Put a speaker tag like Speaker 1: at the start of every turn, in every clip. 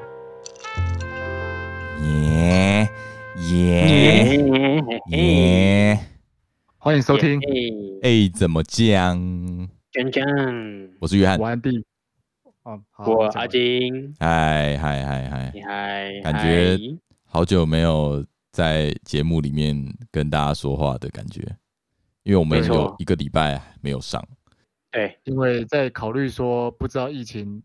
Speaker 1: 欢迎收听，
Speaker 2: 哎，
Speaker 3: 哎、怎么讲？
Speaker 2: 江江，
Speaker 3: 我是约翰
Speaker 1: 我。安迪。哦，好
Speaker 2: 我
Speaker 1: 讲
Speaker 2: 阿
Speaker 1: 完
Speaker 2: 金，
Speaker 3: 嗨嗨嗨嗨，
Speaker 2: 你嗨，
Speaker 3: 感觉
Speaker 2: 嗨
Speaker 3: 好久没有在节目里面跟大家说话的感觉，因为我们
Speaker 2: 没错
Speaker 3: 有一个礼拜没有上。
Speaker 2: 对，
Speaker 1: 因为在考虑说，不知道疫情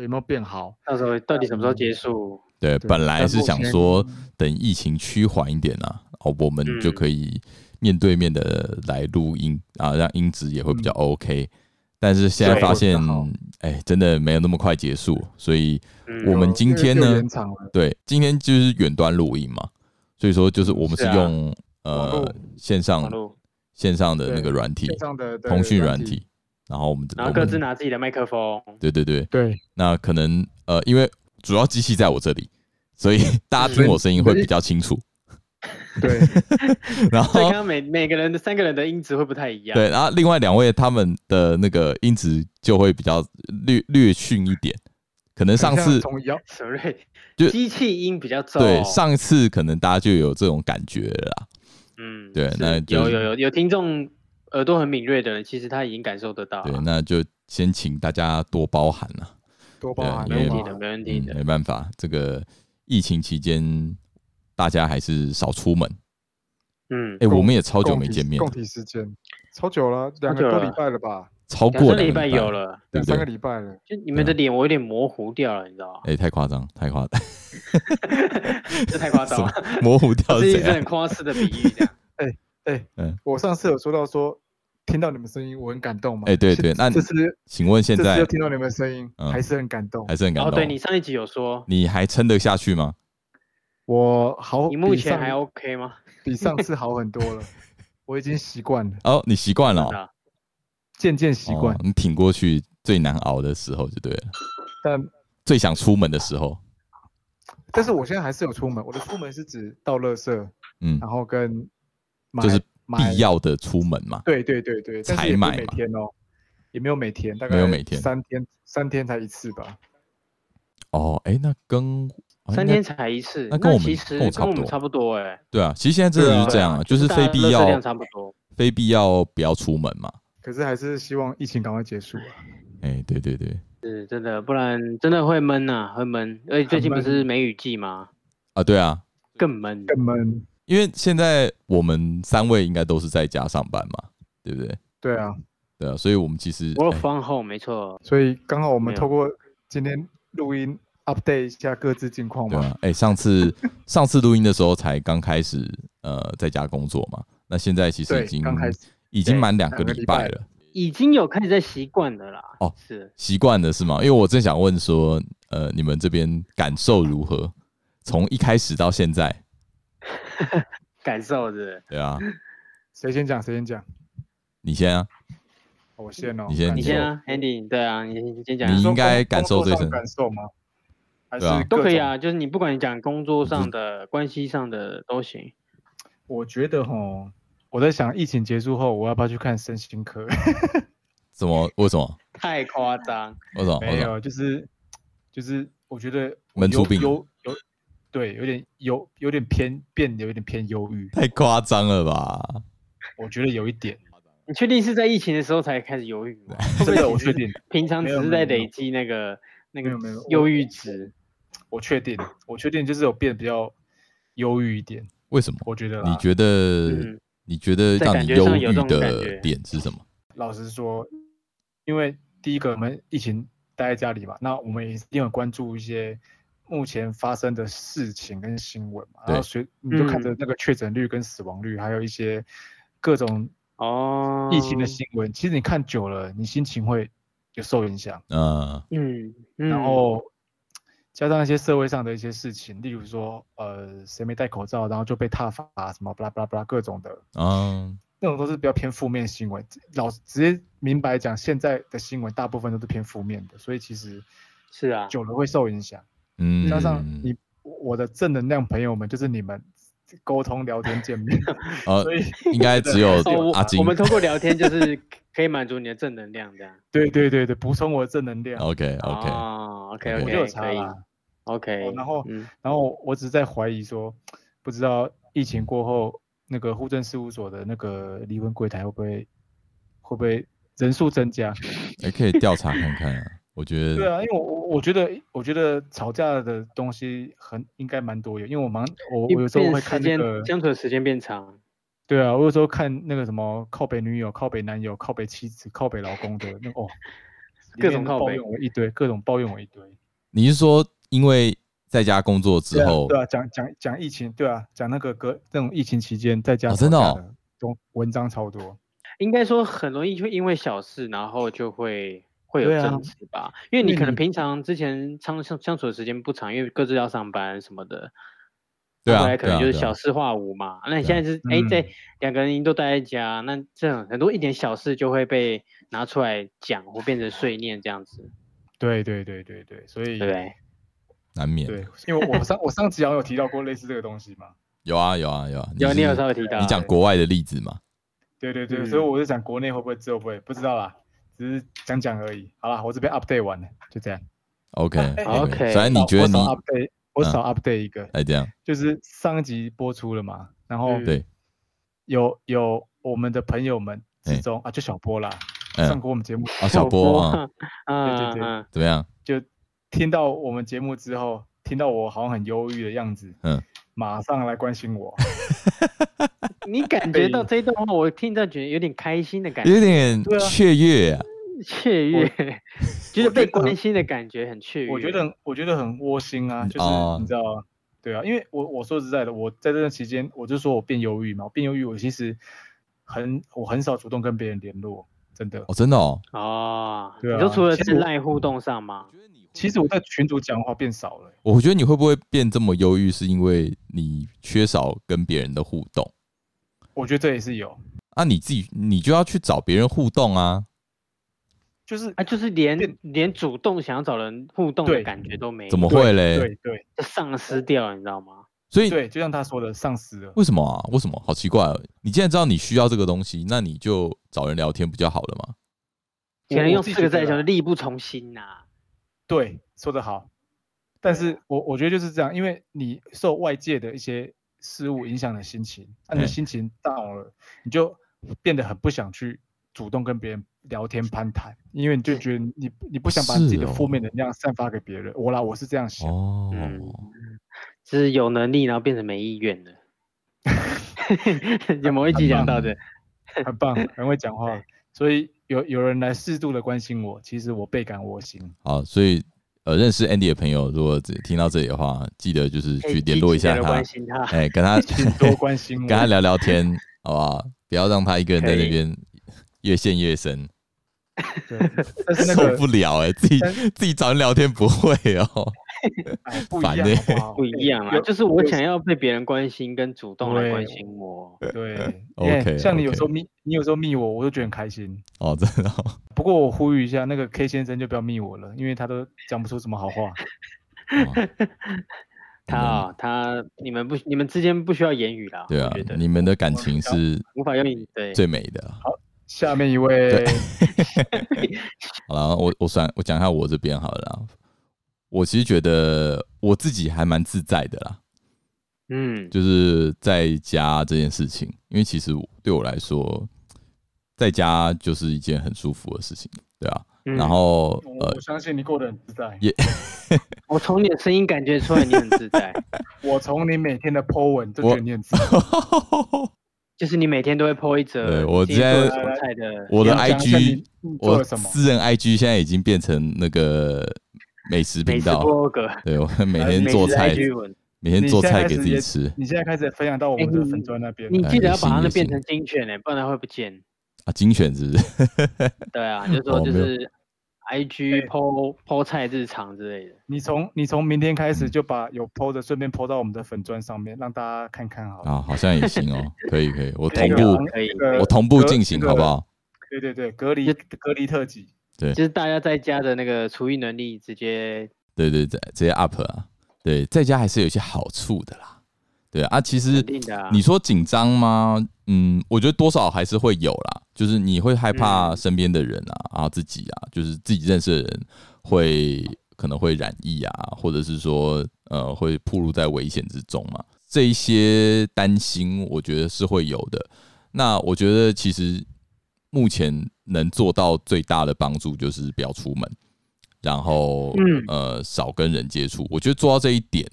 Speaker 1: 有没有变好。
Speaker 2: 到时候到底什么时候结束？
Speaker 3: 对，
Speaker 1: 对
Speaker 3: 本来
Speaker 1: 但
Speaker 3: 是
Speaker 1: 目
Speaker 3: 想
Speaker 1: 前
Speaker 3: 说等疫情趋缓一点啊，哦，我们就
Speaker 2: 嗯
Speaker 3: 可以面对面的来录音啊，让音质也会比较 OK。但是现在
Speaker 2: 对
Speaker 3: 发
Speaker 1: 我知
Speaker 3: 现
Speaker 1: 道，
Speaker 3: 哎，真的没有那么快结束，所以
Speaker 2: 嗯
Speaker 3: 我们今天
Speaker 1: 又
Speaker 3: 呢
Speaker 1: 延，长了，
Speaker 3: 对，今天就是远端录音嘛，所以说就是我们是
Speaker 2: 是啊
Speaker 3: 用、
Speaker 2: 网络
Speaker 3: 呃线
Speaker 2: 网
Speaker 3: 上
Speaker 2: 络，
Speaker 3: 线上的那
Speaker 1: 对
Speaker 3: 个软体
Speaker 1: 线上的的
Speaker 3: 通讯软
Speaker 1: 体，
Speaker 3: 体，然后我们
Speaker 2: 然后
Speaker 3: 我
Speaker 2: 各
Speaker 3: 们
Speaker 2: 自拿自己的麦克风，
Speaker 3: 对对对，
Speaker 1: 对，
Speaker 3: 那可能呃，因为主要机器在我这里，所以大家听我声音会比较清楚。
Speaker 1: 对，
Speaker 3: 然
Speaker 2: 所以
Speaker 3: 后
Speaker 2: 刚刚每每个人的三个人的音质会不太一样，
Speaker 3: 对，然后另外两位他们的那个音质就会比较略略逊一点，可能上
Speaker 1: 很像
Speaker 3: 次
Speaker 1: 从摇
Speaker 2: 什么瑞，
Speaker 3: 就
Speaker 2: 机器音比较重，
Speaker 3: 对上次可能大家就有这种感觉了啦。
Speaker 2: 嗯，
Speaker 3: 对
Speaker 2: 是
Speaker 3: 那就
Speaker 2: 有
Speaker 3: 是
Speaker 2: 有有有听众耳朵很敏锐的人，其实他已经感受得到了，
Speaker 3: 对，那就先请大家多包涵啦。
Speaker 1: 多包含
Speaker 3: 对
Speaker 2: 没问
Speaker 1: 多
Speaker 2: 题
Speaker 1: 包
Speaker 2: 的，
Speaker 1: 含
Speaker 2: 没问题
Speaker 3: 嗯，没
Speaker 2: 的，
Speaker 3: 办法，这个疫情期间大家还是少出门。
Speaker 2: 嗯，
Speaker 3: 哎、
Speaker 1: 共
Speaker 3: 我们也超久
Speaker 1: 共
Speaker 3: 没
Speaker 1: 体
Speaker 3: 见面了
Speaker 1: 共，体时间超久了，两个
Speaker 2: 久
Speaker 1: 多
Speaker 2: 了
Speaker 1: 礼拜了吧，
Speaker 3: 超
Speaker 2: 两
Speaker 3: 过嗯
Speaker 2: 三
Speaker 3: 两
Speaker 2: 礼
Speaker 3: 个
Speaker 2: 拜有，了，
Speaker 3: 对不
Speaker 1: 两三个
Speaker 3: 对？
Speaker 1: 礼拜了。
Speaker 2: 就你们的脸我有点模糊掉了，你知 道吗？
Speaker 3: 哎、太夸张，太 夸张，
Speaker 2: 这太夸张啊 了。
Speaker 3: 模糊掉
Speaker 2: 这
Speaker 3: 是
Speaker 2: 是一
Speaker 3: 怎
Speaker 2: 个
Speaker 3: 样
Speaker 2: 很？夸张的比喻，这样
Speaker 1: 我上次有说到说，听到你们声音我很感动嘛。
Speaker 3: 哎对
Speaker 1: 这
Speaker 3: 对那
Speaker 1: 这次
Speaker 3: 请问现
Speaker 1: 这次
Speaker 3: 在
Speaker 1: 又听到你们声音，
Speaker 3: 嗯
Speaker 1: 还是很感动。
Speaker 3: 还是很 感
Speaker 2: 哦，
Speaker 3: 动？
Speaker 2: 对你上一集有说，
Speaker 3: 你还撑得下去吗？
Speaker 1: 我好，
Speaker 2: 你目
Speaker 1: 比
Speaker 2: 前
Speaker 1: 上
Speaker 2: 还 OK 吗？
Speaker 1: 比上次好很多了，我已经习惯了，
Speaker 3: 哦，你习惯了
Speaker 2: 真
Speaker 3: 哦、
Speaker 2: 的
Speaker 3: 哦，
Speaker 2: 啊
Speaker 1: 渐渐习惯。
Speaker 3: 你挺过去最难熬的时候就对了，
Speaker 1: 但
Speaker 3: 最想出门的时候，
Speaker 1: 但是我现在还是有出门，我的出门是指到垃圾，
Speaker 3: 嗯，
Speaker 2: 啊
Speaker 1: 然后跟买
Speaker 3: 就是
Speaker 1: 买
Speaker 3: 必。要的出门嘛。
Speaker 1: 对对对对，但
Speaker 3: 采
Speaker 1: 是也不
Speaker 3: 买
Speaker 1: 是每
Speaker 3: 嘛
Speaker 1: 天哦，也没有每天，大概
Speaker 3: 没有每天
Speaker 1: 三天三天才一次吧。
Speaker 3: 哦，哎、那跟、啊
Speaker 2: 三
Speaker 3: 应该
Speaker 2: 天才一次，
Speaker 3: 那跟我们
Speaker 2: 其实
Speaker 3: 跟我差不
Speaker 2: 跟我们
Speaker 3: 多
Speaker 2: 差不多哎，
Speaker 3: 对啊，其实现在真
Speaker 2: 对
Speaker 3: 的
Speaker 2: 啊
Speaker 3: 是这样啊，
Speaker 2: 就
Speaker 3: 就是
Speaker 2: 大家
Speaker 3: 非必
Speaker 2: 垃圾
Speaker 3: 要
Speaker 2: 量差不多。
Speaker 3: 非必要不要出门嘛。
Speaker 1: 可是还是希望疫情赶快结束啊。
Speaker 3: 哎、对对对，
Speaker 2: 是真的，不然真的会闷呐，会闷。而且最近不
Speaker 1: 很
Speaker 2: 是梅雨季吗？
Speaker 3: 啊，对啊，
Speaker 2: 更闷。
Speaker 1: 更闷，
Speaker 3: 因为现在我们三位应该都是在家上班嘛，对不对？
Speaker 1: 对啊，
Speaker 3: 对啊，所以我们其实、
Speaker 2: 我
Speaker 3: 哎
Speaker 2: 放后没错，
Speaker 1: 所以刚好我们
Speaker 2: 没有
Speaker 1: 透过今天录音 update 一下各自近况
Speaker 3: 对
Speaker 1: 嘛。
Speaker 3: 啊，哎、上次上次录音的时候才刚开始呃在家工作嘛，那现在其实
Speaker 1: 对
Speaker 3: 已经
Speaker 1: 刚开始
Speaker 3: 已经
Speaker 1: 对
Speaker 3: 满两个
Speaker 1: 两个
Speaker 3: 礼
Speaker 1: 礼
Speaker 3: 拜
Speaker 1: 拜
Speaker 3: 了，
Speaker 2: 已经有开始在习惯的啦。
Speaker 3: 哦
Speaker 2: 是
Speaker 3: 习惯了是吗？因为我正想问说，呃，你们这边感受如何？从一开始到现在，
Speaker 2: 感受是
Speaker 3: 对啊，
Speaker 1: 谁先讲？谁先讲？
Speaker 3: 你先啊，
Speaker 1: 我先哦。
Speaker 3: 你先
Speaker 1: 感
Speaker 2: 不是。你
Speaker 1: 受
Speaker 2: 先啊，Andy，对啊，你你先讲
Speaker 3: 你
Speaker 1: 说
Speaker 3: 应该
Speaker 1: 工
Speaker 3: 感受
Speaker 1: 工作
Speaker 3: 最
Speaker 1: 上
Speaker 3: 深
Speaker 1: 感受吗？还是
Speaker 3: 对啊
Speaker 1: 各
Speaker 2: 都可以
Speaker 1: 种
Speaker 2: 啊，就是你不管讲工作上的、关系上的都行。
Speaker 1: 我觉得吼，我在想疫情结束后，我要不要去看身心科？
Speaker 3: 哦 怎么？为什么？
Speaker 2: 太夸张，
Speaker 3: 为什么？为
Speaker 1: 没
Speaker 3: 什么？
Speaker 1: 有，就是就是，我觉得我
Speaker 3: 门出
Speaker 1: 有
Speaker 3: 病
Speaker 1: 有有，对，有点有有点偏变得有点偏忧郁，
Speaker 3: 太夸张了吧？
Speaker 1: 我觉得有一点，
Speaker 2: 你确定是在疫情的时候才开始犹豫吗？会不
Speaker 1: 真
Speaker 2: 会
Speaker 1: 的我
Speaker 2: 只
Speaker 1: 确
Speaker 2: 是
Speaker 1: 定，
Speaker 2: 平常
Speaker 1: 没
Speaker 2: 只
Speaker 1: 有
Speaker 2: 是
Speaker 1: 没
Speaker 2: 在
Speaker 1: 有没有
Speaker 2: 累积那个那
Speaker 1: 没
Speaker 2: 个
Speaker 1: 有没有我
Speaker 2: 忧郁值。
Speaker 1: 我确定，我确定就是有变得比较忧郁一点，
Speaker 3: 为什么？
Speaker 1: 我觉得啦
Speaker 3: 你觉得、
Speaker 2: 嗯
Speaker 3: 你觉得
Speaker 2: 在
Speaker 3: 让
Speaker 2: 感
Speaker 3: 你
Speaker 2: 觉
Speaker 3: 忧
Speaker 2: 上有
Speaker 3: 郁
Speaker 2: 这种感
Speaker 3: 的
Speaker 2: 觉
Speaker 3: 点是什么？
Speaker 1: 老实说，因为第一个我们疫情待在家里嘛，那我们也一定有关注一些目前发生的事情跟新闻嘛，
Speaker 3: 对
Speaker 1: 然后随你就看
Speaker 2: 嗯
Speaker 1: 着那个确诊率跟死亡率，还有一些各种
Speaker 2: 哦，
Speaker 1: 疫情的新闻，其实你看久了，你心情会有受影响，
Speaker 3: 嗯，
Speaker 2: 嗯，嗯
Speaker 1: 然后。加上一些社会上的一些事情，例如说，呃，谁没戴口罩，然后就被踏伐啊，什么巴拉巴拉巴拉各种的，
Speaker 3: 嗯，
Speaker 1: 那种都是比较偏负面新闻。老直接明白讲，现在的新闻大部分都是偏负面的，所以其实
Speaker 2: 是啊，
Speaker 1: 久了会受影响。
Speaker 3: 嗯，
Speaker 1: 加上你我的正能量朋友们，就是你们沟通、聊天、见 面，
Speaker 3: 呃，
Speaker 1: 所以
Speaker 3: 应该只 有
Speaker 1: 对
Speaker 2: 哦，我
Speaker 3: 阿金
Speaker 2: 我。们通过聊天就是可以满足你的正能量，这样。
Speaker 1: 对对对对，补充我的正 能量。
Speaker 3: OK OK，
Speaker 2: 哦，OK
Speaker 1: 我
Speaker 2: OK，
Speaker 1: 就有差
Speaker 2: 哎可以
Speaker 1: 啦。
Speaker 2: OK，
Speaker 1: 哦然后
Speaker 2: 嗯
Speaker 1: 然后我只是在怀疑说，不知道疫情过后那个户政事务所的那个离婚柜台会不会会不会人数增加？
Speaker 3: 也哎可以调查看看啊。我觉
Speaker 1: 对
Speaker 3: 得
Speaker 1: 啊，因为我我我觉得我觉得吵架的东西很应该蛮多元，因为我忙我我有时候
Speaker 2: 变
Speaker 1: 会
Speaker 2: 时
Speaker 1: 看那
Speaker 2: 间
Speaker 1: 个，
Speaker 2: 相处的时间变长，
Speaker 1: 对啊，我有时候看那个什么靠北女友、靠北男友、靠北妻子、靠北老公的那个哦，里
Speaker 2: 各
Speaker 1: 面
Speaker 2: 种靠
Speaker 1: 抱
Speaker 2: 北
Speaker 1: 怨我一堆，各种抱怨我一堆。
Speaker 3: 你是说因为在家工作之
Speaker 1: 对啊
Speaker 3: 后，
Speaker 1: 对啊，讲讲讲疫情，对啊，讲那个隔那种疫情期间在
Speaker 3: 哦
Speaker 1: 家吵
Speaker 3: 真的
Speaker 1: 架
Speaker 3: 哦
Speaker 1: 的东文章超多，
Speaker 2: 应该说很容易就因为小事，然后就会会有
Speaker 1: 对啊
Speaker 2: 争执吧。因为你
Speaker 1: 因为
Speaker 2: 可能
Speaker 1: 你
Speaker 2: 平常之前相相相处的时间不长，因为各自要上班什么的。
Speaker 3: 对啊
Speaker 2: 后来可能
Speaker 3: 对
Speaker 2: 就
Speaker 3: 啊
Speaker 2: 是小事化无嘛。那你
Speaker 3: 对
Speaker 2: 现
Speaker 3: 啊
Speaker 2: 在是哎，
Speaker 1: 嗯
Speaker 2: 在两个人都待在家，那这样很多一点小事就会被拿出来讲，或变成碎念这样子，
Speaker 1: 对对对对对，所
Speaker 2: 对
Speaker 1: 以
Speaker 2: 不啊对？
Speaker 3: 难免
Speaker 1: 对，因为我上我上集好像有提到过类似这个东西嘛，
Speaker 3: 有啊有啊有啊。
Speaker 2: 有
Speaker 3: 是
Speaker 2: 你有稍微提到，
Speaker 3: 你讲国外的例子嘛？
Speaker 1: 对对对，所以
Speaker 2: 嗯
Speaker 1: 我就想国内会不会之后不会不知道啦，只是讲讲而已。好啦，我这边 update 完了，就这样。
Speaker 3: OK
Speaker 1: 哎
Speaker 2: OK
Speaker 3: 反正你觉得
Speaker 1: 我
Speaker 3: 你
Speaker 1: 少 update，我少 update 一个，
Speaker 3: 哎这样
Speaker 1: 就是上一集播出了嘛，然后
Speaker 2: 嗯
Speaker 3: 对，
Speaker 1: 有有我们的朋友们之中啊，就小波啦，上
Speaker 3: 哎嗯
Speaker 1: 过我们节目，
Speaker 3: 啊小 波啊，，
Speaker 2: 嗯
Speaker 1: 对对对
Speaker 2: 嗯，
Speaker 3: 怎么样？
Speaker 1: 就听到我们节目之后，听到我好像很忧郁的样子，
Speaker 3: 嗯，
Speaker 1: 马上来关心我，
Speaker 2: 你感觉到这一段话，我听到觉得有点开心的感觉，
Speaker 3: 有点
Speaker 1: 对啊
Speaker 3: 雀跃啊，
Speaker 2: 雀跃，就是被
Speaker 1: 我觉得很
Speaker 2: 关心的感觉很雀跃。
Speaker 1: 我觉得很我觉得很窝心啊，就是、
Speaker 3: 哦
Speaker 1: 你知道，对啊，因为我我说实在的，我在这段期间，我就说我变忧郁嘛，我变忧郁，我其实很我很少主动跟别人联络，真的。
Speaker 3: 哦真的哦。
Speaker 2: 哦，
Speaker 1: 对啊
Speaker 2: 你说除了
Speaker 1: 其实
Speaker 2: 是
Speaker 1: 我
Speaker 2: 赖互动上吗？
Speaker 1: 其实我在群主讲话变少了、
Speaker 3: 我觉得你会不会变这么忧郁，是因为你缺少跟别人的互动。
Speaker 1: 我觉得这也是有，
Speaker 3: 啊，你自己你就要去找别人互动啊。
Speaker 1: 就是
Speaker 3: 哎
Speaker 2: 啊，就是连
Speaker 1: 变
Speaker 2: 连主动想要找人互动的
Speaker 1: 对呃
Speaker 2: 感觉都没有，
Speaker 3: 怎么会嘞？
Speaker 1: 对对
Speaker 2: 就丧失掉了，你知道吗？
Speaker 3: 所以
Speaker 1: 对，就像他说的，丧失了。
Speaker 3: 为什么啊？为什么？好奇怪、哦！你既然知道你需要这个东西，那你就找人聊天不就好了吗？
Speaker 2: 可能
Speaker 1: 我
Speaker 2: 用
Speaker 1: 我自己
Speaker 2: 四个字
Speaker 1: 觉
Speaker 2: 来
Speaker 1: 得
Speaker 2: 讲，
Speaker 1: 啦
Speaker 2: 力不从心呐、
Speaker 1: 对，说得好。但是
Speaker 3: 啊
Speaker 1: 我我觉得就是这样，因为你受外界的一些事物影响的心情，那你的
Speaker 3: 嗯
Speaker 1: 心情到了，你就变得很不想去主动跟别人聊天攀谈，因为你就觉得你你不想把自己的
Speaker 3: 是哦
Speaker 1: 负面能量散发给别人。我啦，我是这样想。
Speaker 3: 哦，
Speaker 2: 嗯，就是有能力然后变成没意愿 了。有某一集讲 到的，
Speaker 1: 很棒，很会讲话。所以有有人来适度的关心我，其实我倍感窝心。
Speaker 3: 好，所以呃，认识 Andy 的朋友，如果只听到这里的话，记得就是
Speaker 2: 可以
Speaker 3: 去联
Speaker 2: 积
Speaker 3: 络一
Speaker 2: 极地
Speaker 3: 下他
Speaker 2: 关，心 他。
Speaker 3: 哎、跟 他
Speaker 1: 请多关心 我。
Speaker 3: 跟他聊聊天，好不好？不要让他一个人在那边越陷越深，
Speaker 1: 对，但是那
Speaker 3: 受不
Speaker 1: 个
Speaker 3: 了哎、自己自己找人聊天不会哦。
Speaker 1: 哎不一
Speaker 3: 烦
Speaker 1: 样
Speaker 3: 欸
Speaker 1: 好不好，
Speaker 2: 不一样啊
Speaker 1: 有
Speaker 2: 啦，就是我想要被别人关心，跟主动来关心我。
Speaker 1: 对
Speaker 3: 嗯 OK，
Speaker 1: 因为像你有
Speaker 3: OK
Speaker 1: 时候密，你有时候密我，我就觉得很开心。
Speaker 3: 哦，真的、哦，
Speaker 1: 不过我呼吁一下，那个 K 先生就不要密我了，因为他都讲不出什么好话。
Speaker 3: 哦
Speaker 2: 他啊、他你们不你们之间不需要言语啦，
Speaker 3: 嗯对啊
Speaker 2: 我觉，得
Speaker 3: 你们的感情是
Speaker 2: 无法用语对。
Speaker 3: 最美的啊。
Speaker 1: 下面一位，
Speaker 3: 好了，我我算我讲一下我这边好了啦。我其实觉得我自己还蛮自在的啦，
Speaker 2: 嗯，
Speaker 3: 就是在家这件事情，因为其实对我来说，在家就是一件很舒服的事情，对啊。
Speaker 2: 嗯
Speaker 3: 然后
Speaker 1: 我我相信你过得很自在。
Speaker 3: 也
Speaker 2: 我从你的声音感觉出来你很自 在，
Speaker 1: 我从你每天的 po 文就觉得你很自在。
Speaker 3: 呃，
Speaker 2: 就是你每天都会 po 一
Speaker 3: 对
Speaker 2: 则
Speaker 3: 我
Speaker 2: 今天做了什
Speaker 1: 现在
Speaker 2: 么菜的，
Speaker 3: 我的
Speaker 1: 你要讲一下
Speaker 3: IG，
Speaker 1: 你做
Speaker 3: 我
Speaker 1: 了什么？
Speaker 3: 私人 IG 现在已经变成那个美食
Speaker 2: 美
Speaker 3: 频
Speaker 2: 食
Speaker 3: 道，
Speaker 2: 博客，
Speaker 3: 对我每
Speaker 1: 呃
Speaker 3: 天
Speaker 2: 美
Speaker 3: 做
Speaker 2: 食
Speaker 3: 菜，
Speaker 2: IG 文，
Speaker 3: 每天
Speaker 1: 你
Speaker 3: 做
Speaker 1: 现
Speaker 3: 菜
Speaker 1: 在开
Speaker 3: 给
Speaker 1: 始
Speaker 3: 自己
Speaker 1: 也
Speaker 3: 吃
Speaker 1: 你现在开始分享到我们的粉砖那边了，
Speaker 2: 哎你记得要
Speaker 3: 也行
Speaker 2: 把它
Speaker 3: 也
Speaker 2: 们变
Speaker 3: 行
Speaker 2: 成精选欸呢，不然会 不见。
Speaker 3: 啊，精选是不 是？
Speaker 2: 对啊，就是说
Speaker 3: 哦
Speaker 2: 就
Speaker 3: 没有
Speaker 2: 是 IG po po 菜日常之类的。
Speaker 1: 你从你从明天开始就把有 po 的顺便 po 到我们的粉砖上面，让大家看看好了。
Speaker 3: 啊，好像也行哦，可以可以，我
Speaker 2: 可以
Speaker 3: 同
Speaker 2: 啊
Speaker 3: 步
Speaker 2: 可以
Speaker 1: 那个
Speaker 3: 我同步进行
Speaker 1: 隔
Speaker 3: 好不？好？
Speaker 1: 呃那个对对对，隔离隔离特辑。
Speaker 2: 就是大家在家的那个厨艺能力直接
Speaker 3: 对对对，直接 up 啊，对，在家还是有一些好处的啦。对啊，其实
Speaker 2: 肯定的啊。
Speaker 3: 你说紧张吗？嗯，我觉得多少还是会有啦，就是你会害怕
Speaker 2: 嗯
Speaker 3: 身边的人啊，然后自己啊，就是自己认识的人会可能会染疫啊，或者是说呃会暴露在危险之中嘛。这一些担心，我觉得是会有的。那我觉得其实目前能做到最大的帮助就是不要出门，然后
Speaker 2: 嗯
Speaker 3: 呃少跟人接触。我觉得做到这一点，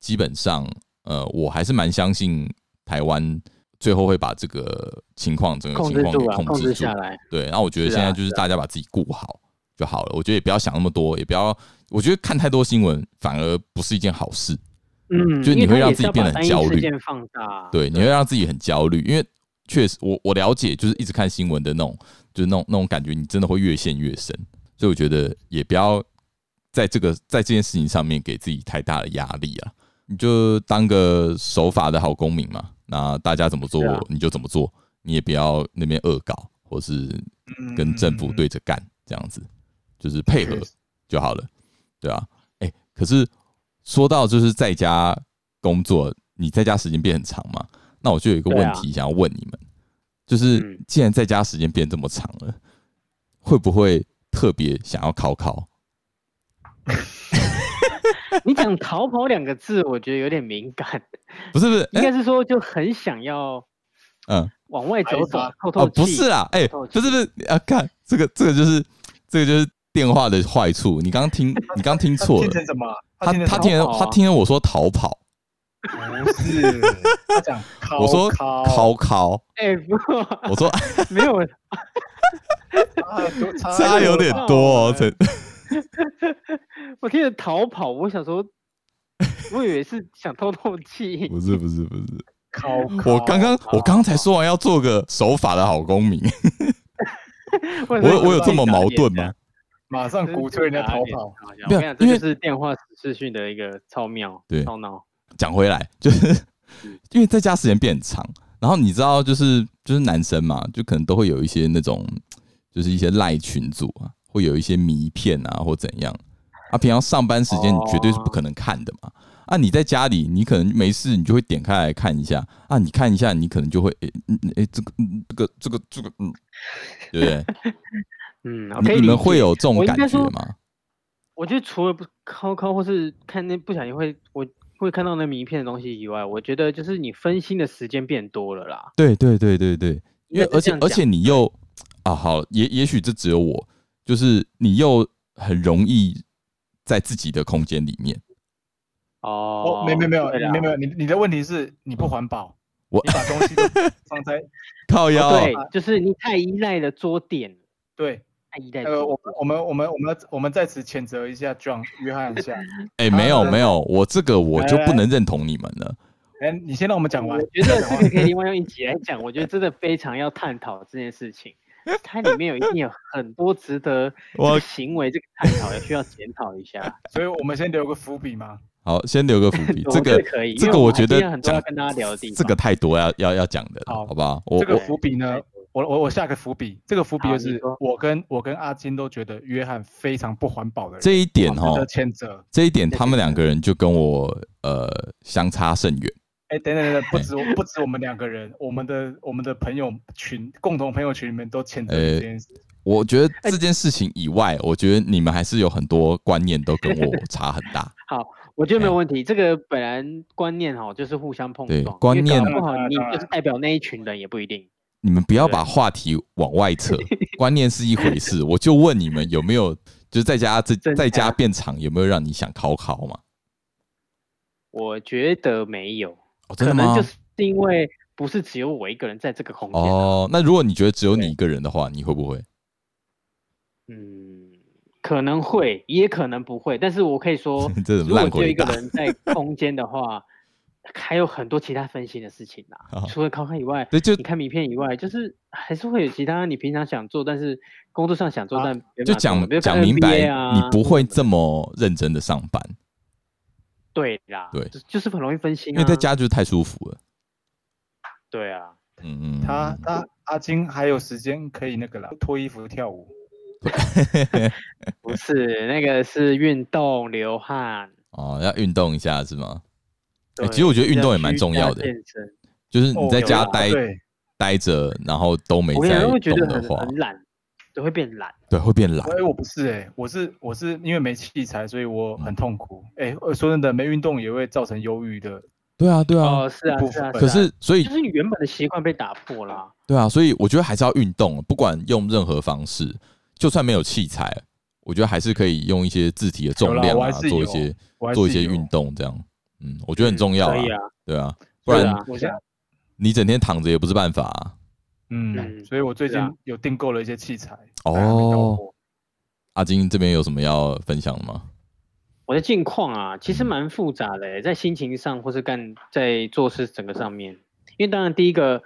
Speaker 3: 基本上呃我还是蛮相信台湾最后会把这个情况整个
Speaker 2: 控
Speaker 3: 情
Speaker 2: 制
Speaker 3: 况
Speaker 2: 住
Speaker 3: 给
Speaker 2: 啊，控
Speaker 3: 控
Speaker 2: 制
Speaker 3: 制住
Speaker 2: 下。来。
Speaker 3: 对，那我觉得
Speaker 2: 是
Speaker 3: 现在
Speaker 2: 啊
Speaker 3: 就是大家把自己顾好就好了。我觉得也不要想那么多，也不要，我觉得看太多新闻反而不是一件好事。
Speaker 2: 嗯，
Speaker 3: 就你
Speaker 2: 因
Speaker 3: 会
Speaker 2: 为他
Speaker 3: 让
Speaker 2: 也
Speaker 3: 自
Speaker 2: 是
Speaker 3: 己
Speaker 2: 要
Speaker 3: 变
Speaker 2: 把
Speaker 3: 得很
Speaker 2: 单一
Speaker 3: 焦虑
Speaker 2: 事件放大，啊
Speaker 3: 对，你会让自己很焦虑，因为确实我我了解，就是一直看新闻的那种，就是那种那种感觉，你真的会越陷越深。所以我觉得也不要在这个在这件事情上面给自己太大的压力啊，你就当个守法的好公民嘛。那大家怎么做、
Speaker 2: 是啊
Speaker 3: 你就怎么做，你也不要那边恶搞，或是
Speaker 1: 嗯
Speaker 2: 嗯
Speaker 3: 跟政府对着干这样子，就是配合
Speaker 1: 确实
Speaker 3: 就好了，对啊，哎、可是说到就是在家工作，你在家时间变很长嘛？那我就有一个
Speaker 2: 对
Speaker 3: 问
Speaker 2: 啊
Speaker 3: 题想要问你们，就是
Speaker 2: 嗯
Speaker 3: 既然在家时间变这么长了，会不会特别想要考考？
Speaker 2: 你讲逃跑两个字，我觉得有点敏感，
Speaker 3: 不是不是，
Speaker 2: 应
Speaker 3: 哎
Speaker 2: 该是说就很想要
Speaker 3: 嗯，
Speaker 2: 往外走走
Speaker 1: 哎呀，
Speaker 2: 透
Speaker 3: 哦，
Speaker 2: 透气。
Speaker 3: 不是啦，哎、
Speaker 2: 透气
Speaker 3: 不是不是啊，看这个这个就是这个就是电话的坏处，你刚听你刚听
Speaker 1: 他
Speaker 3: 错
Speaker 1: 听
Speaker 3: 了
Speaker 1: 成，什么啊？
Speaker 3: 他
Speaker 1: 听
Speaker 3: 他
Speaker 1: 成
Speaker 3: 听
Speaker 2: 逃跑
Speaker 3: 他
Speaker 2: 啊
Speaker 3: 听我说逃跑，
Speaker 1: 什么不是，他讲
Speaker 3: 我说
Speaker 1: 考
Speaker 3: 考考，
Speaker 2: 哎，不，
Speaker 3: 我说啊
Speaker 2: 没有，
Speaker 1: 啊差
Speaker 3: 差有点
Speaker 1: 哎
Speaker 3: 多、哦，
Speaker 2: 考
Speaker 3: 这
Speaker 2: 我听着逃跑，我想说，我以为是想透透气。
Speaker 3: 不是不是不是，
Speaker 1: 考。
Speaker 3: 我刚刚我刚才说完要做个守法的好公民，
Speaker 2: 我
Speaker 3: 我我有
Speaker 1: 这
Speaker 3: 么矛盾吗？
Speaker 1: 马上鼓吹人家逃跑，
Speaker 2: 我跟你讲，这
Speaker 3: 因为
Speaker 2: 就是电话视讯的一个超妙，
Speaker 3: 对
Speaker 2: 超闹。
Speaker 3: 讲回来，就是因为在家时间变长，然后你知道，就是就是男生嘛，就可能都会有一些那种，就是一些赖群组啊，会有一些迷片啊，或怎样啊。平常上班时间你绝对是不可能看的嘛。啊，你在家里，你可能没事，你就会点开来看一下啊。你看一下，你可能就会诶，嗯嗯诶，这个嗯这个这个这个嗯，对不 对？
Speaker 2: 嗯，
Speaker 3: 你
Speaker 2: 可以
Speaker 3: 你
Speaker 2: 理
Speaker 3: 们会
Speaker 2: 解。
Speaker 3: 有这种
Speaker 2: 我应
Speaker 3: 感
Speaker 2: 该
Speaker 3: 觉
Speaker 2: 说
Speaker 3: 吗？
Speaker 2: 我觉得除了不抠抠或是看那不小心会我会看到那名片的东西以外，我觉得就是你分心的时间变多了啦。
Speaker 3: 对对对对对，因为
Speaker 2: 应该
Speaker 3: 而
Speaker 2: 是
Speaker 3: 且
Speaker 2: 这样
Speaker 3: 而
Speaker 2: 讲
Speaker 3: 且你又啊，好，也也许这只有我，就是你又很容易在自己的空间里面。
Speaker 2: 哦
Speaker 1: 哦，，没没没有
Speaker 2: 对啦啊
Speaker 1: 没有没有，你你的问题是你不环保，
Speaker 3: 我
Speaker 1: 你把东西都放在
Speaker 3: 靠腰
Speaker 2: 哦
Speaker 3: 啊，
Speaker 2: 对，就是你太依赖了桌垫，
Speaker 1: 对，
Speaker 2: 太依赖
Speaker 1: 呃，
Speaker 2: 桌
Speaker 1: 我我们我们我们我们在此谴责一下 John 约翰一下，
Speaker 3: 哎、没有
Speaker 1: 来
Speaker 3: 没有，我这个我就
Speaker 1: 来
Speaker 2: 哎
Speaker 3: 不
Speaker 1: 来
Speaker 3: 能认同你们了。
Speaker 1: 哎，你先让我们讲完
Speaker 2: 我，觉得这个可 以另外用一集来讲，我觉得真的非常要探讨这件事情，它里面有一定有很多 值得这
Speaker 3: 我
Speaker 2: 个行为这个探讨，也需要检讨一下。
Speaker 1: 所以我们先留个伏笔嘛。
Speaker 3: 好，先留个伏 笔， 这
Speaker 2: 我觉
Speaker 3: 个
Speaker 2: 得可以，
Speaker 3: 这
Speaker 2: 因为
Speaker 3: 个
Speaker 2: 我
Speaker 3: 我
Speaker 2: 还
Speaker 3: 觉
Speaker 2: 是
Speaker 3: 得
Speaker 2: 有很多
Speaker 3: 讲
Speaker 2: 要跟大家聊的地方
Speaker 3: 这个太多要要要讲的了，
Speaker 1: 好
Speaker 3: 好不好？我
Speaker 1: 这个
Speaker 3: 我
Speaker 1: 伏笔呢，我我我下个伏笔，这个伏笔
Speaker 2: 好
Speaker 1: 就
Speaker 2: 你
Speaker 1: 是
Speaker 2: 说
Speaker 1: 我跟我跟阿金都觉得约翰非常不环保的人，
Speaker 3: 这一点哦哈
Speaker 1: 好值，得谴责。
Speaker 3: 这一点
Speaker 2: 对
Speaker 3: 他
Speaker 2: 对
Speaker 3: 们两个人就跟我呃相差甚远。
Speaker 1: 哎，等等等等，不止我不止我们两个人，我们的我们的朋友群，共同朋友群里面都谴责
Speaker 3: 哎
Speaker 1: 这件事。
Speaker 3: 我觉
Speaker 2: 哎
Speaker 3: 得这件事情以外，我觉得你们还是有很多观念都跟我差很大。
Speaker 2: 我觉得没有问题。这个本来观念哈，就是互相碰
Speaker 3: 对
Speaker 2: 撞，
Speaker 3: 观
Speaker 2: 因为
Speaker 3: 念
Speaker 2: 搞不好
Speaker 1: 当然
Speaker 2: 你
Speaker 1: 当然
Speaker 2: 就是代表那一群人也不一定。
Speaker 3: 你们不要把话题往外扯， 观念是一回 事。我就问你们有没有，就是在家这
Speaker 2: 真的
Speaker 3: 在家变长，有没有让你想考考嘛？
Speaker 2: 我觉得没有，
Speaker 3: 哦，真的
Speaker 2: 可能
Speaker 3: 吗
Speaker 2: 就？是因为不是只有我一个人在这个空间啊。
Speaker 3: 哦，那如果你觉得只有你一个人的话，你会不会？，
Speaker 2: 嗯，可能会，也可能不会。但是我可以说
Speaker 3: 这种
Speaker 2: 如果
Speaker 3: 烂
Speaker 2: 只有
Speaker 3: 回
Speaker 2: 一个
Speaker 3: 答
Speaker 2: 人在 空间的话，还有很多其他分心的事情啦。
Speaker 3: 好
Speaker 2: 除了考看以外，
Speaker 3: 对，就
Speaker 2: 你看名片以外，就是还是会有其他你平常想做，但是工作上想做、
Speaker 1: 啊
Speaker 2: 但没
Speaker 3: 就
Speaker 2: 办法做
Speaker 3: 讲
Speaker 2: 比如
Speaker 3: 讲
Speaker 2: 看
Speaker 3: 明白
Speaker 2: NBA，啊，
Speaker 3: 你不会这么认真的上班，
Speaker 2: 对啦，
Speaker 3: 对
Speaker 2: 就就是很容易分心、啊，
Speaker 3: 因为在家就是太舒服了。
Speaker 2: 对啊，
Speaker 3: 嗯嗯，
Speaker 1: 他
Speaker 3: 嗯
Speaker 1: 他阿金还有时间可以那个啦，脱衣服跳舞。
Speaker 2: 不是那个是运动流汗。
Speaker 3: 哦，要运动一下是吗？哎
Speaker 2: 对
Speaker 3: 其实我觉得运动也蛮
Speaker 2: 要居
Speaker 3: 重
Speaker 2: 家
Speaker 3: 要的
Speaker 2: 健身，
Speaker 3: 就是你
Speaker 1: 哦
Speaker 3: 在
Speaker 1: 有
Speaker 2: 啊
Speaker 3: 家
Speaker 1: 啦
Speaker 3: 待
Speaker 1: 对，
Speaker 3: 待着，然后都没
Speaker 2: 我跟你
Speaker 3: 在
Speaker 2: 讲，
Speaker 3: 动
Speaker 2: 会觉得
Speaker 3: 的
Speaker 2: 很
Speaker 3: 话，
Speaker 2: 很懒，就会变懒。
Speaker 3: 对，会变懒。
Speaker 1: 哎，我不是哎、我是我是因为没器材，所以我很痛苦。哎、呃说真的，没运动也会造成忧郁的
Speaker 3: 对啊，对啊。
Speaker 2: 哦，是啊，
Speaker 1: 一部
Speaker 2: 是啊，
Speaker 1: 分
Speaker 3: 可
Speaker 2: 啊
Speaker 3: 是，所以
Speaker 2: 就是你原本的习惯被打破啦。
Speaker 3: 对啊，所以我觉得还是要运动，不管用任何方式，就算没有器材，我觉得还是可以用一些字体的重量
Speaker 1: 有啦我
Speaker 3: 啊，
Speaker 1: 还是
Speaker 3: 做
Speaker 1: 有
Speaker 3: 一些
Speaker 1: 我还是
Speaker 3: 做一些
Speaker 1: 有
Speaker 3: 运。动，这样，嗯，我觉得很重要
Speaker 2: 可
Speaker 3: 啊，
Speaker 2: 以啊，
Speaker 3: 对啊，不
Speaker 2: 对
Speaker 3: 然
Speaker 2: 啊
Speaker 1: 我现在
Speaker 3: 你整天躺着也不是办法啊。
Speaker 1: 嗯，
Speaker 2: 嗯
Speaker 1: 所以我最近
Speaker 2: 是啊
Speaker 1: 有订购了一些器材。
Speaker 3: 哦
Speaker 1: 大家哎没搞过，
Speaker 3: 阿金这边有什么要分享的吗？
Speaker 2: 我的近况啊，其实
Speaker 3: 嗯
Speaker 2: 蛮复杂的欸、在心情上或是干在做事整个上面。因为当然第一个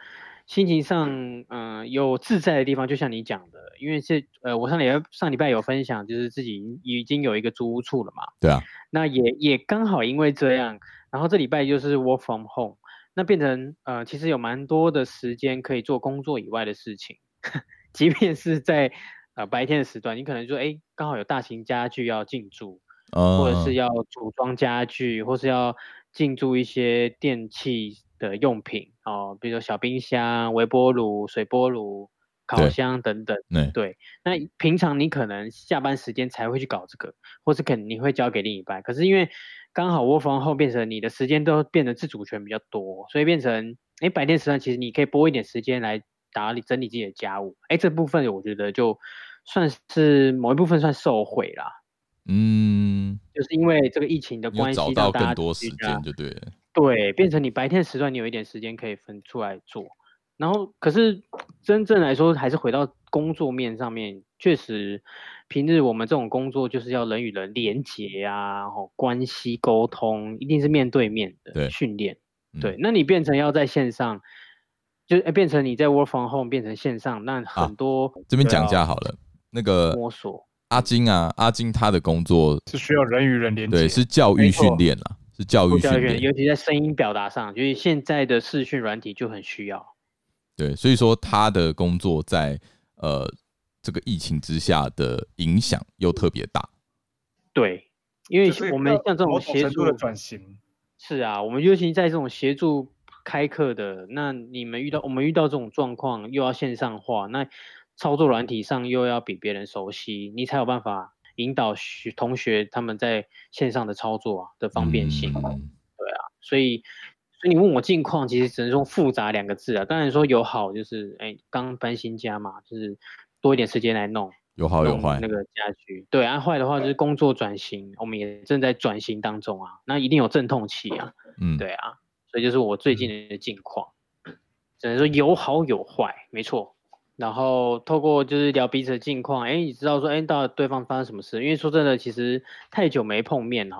Speaker 2: 心情上，嗯、有自在的地方，就像你讲的，因为是呃，我上礼拜上礼拜有分享，就是自己已经有一个租屋处了嘛，
Speaker 3: 对啊，
Speaker 2: 那也也刚好因为这样，然后这礼拜就是 work from home，那变成呃，其实有蛮多的时间可以做工作以外的事情， 即便是在呃白天的时段，你可能说，哎，刚好有大型家具要进驻，
Speaker 3: 嗯，
Speaker 2: 或者是要组装家具，或是要进驻一些电器的用品哦，比如说小冰箱、微波炉、水波炉、烤
Speaker 3: 对
Speaker 2: 箱等等。
Speaker 3: 对
Speaker 2: 对，那平常你可能下班时间才会去搞这个，或是肯你会交给另一半。可是因为刚好 work from home 变成你的时间都变得自主权比较多，所以变成哎白天时段其实你可以拨一点时间来打理整理自己的家务。哎，这部分我觉得就算是某一部分算受惠啦，
Speaker 3: 嗯，
Speaker 2: 就是因为这个疫情的
Speaker 3: 你要
Speaker 2: 关系，
Speaker 3: 找
Speaker 2: 让
Speaker 3: 到
Speaker 2: 大家啊
Speaker 3: 更多
Speaker 2: 居
Speaker 3: 时
Speaker 2: 家
Speaker 3: 间就对了。
Speaker 2: 对，变成你白天的时段，你有一点时间可以分出来做。然后，可是真正来说，还是回到工作面上面，确实，平日我们这种工作就是要人与人连结啊，然后关系沟通，一定是面对面
Speaker 3: 对
Speaker 2: 的训练。
Speaker 3: 嗯
Speaker 2: 对，那你变成要在线上，就呃变成你在 work from home 变成线上，那
Speaker 3: 啊
Speaker 2: 很多
Speaker 3: 这边
Speaker 1: 对啊
Speaker 3: 讲一下好了，那个
Speaker 2: 摸索。
Speaker 3: 阿金啊，阿金他的工作
Speaker 1: 是需要人与人连接。
Speaker 3: 对是教育
Speaker 1: 没错
Speaker 3: 训练啦，是教育训
Speaker 2: 教
Speaker 3: 练
Speaker 2: 学，，尤其在声音表达上，就是现在的视讯软体就很需要。
Speaker 3: 对，所以说他的工作在呃这个疫情之下的影响又特别大。
Speaker 2: 对，因为
Speaker 1: 就是
Speaker 2: 我们
Speaker 1: 一个
Speaker 2: 像这
Speaker 1: 某
Speaker 2: 种
Speaker 1: 种
Speaker 2: 协
Speaker 1: 程
Speaker 2: 助
Speaker 1: 度的转型，
Speaker 2: 是啊，我们尤其在这种协助开课的，那你们遇到我们遇到这种状况，又要线上化，那操作软体上又要比别人熟悉，你才有办法引导学同学他们在线上的操作啊的方便性。
Speaker 3: 嗯
Speaker 2: 所以，所以你问我近况，其实只能用复杂两个字啊。当然说有好，就是哎，刚搬新家嘛，就是多一点时间来弄。
Speaker 3: 有好有
Speaker 2: 弄
Speaker 3: 坏
Speaker 2: 那，个家居，对，啊坏的话就是工作转型，我们也正在转型当中啊，那一定有阵痛期啊，
Speaker 3: 嗯，
Speaker 2: 对啊，所以就是我最近的近况， 只能说有好有坏，没错。然后透过就是聊彼此的近况，哎，你知道说，哎，到底对方发生什么事？因为说真的，其实太久没碰面哈、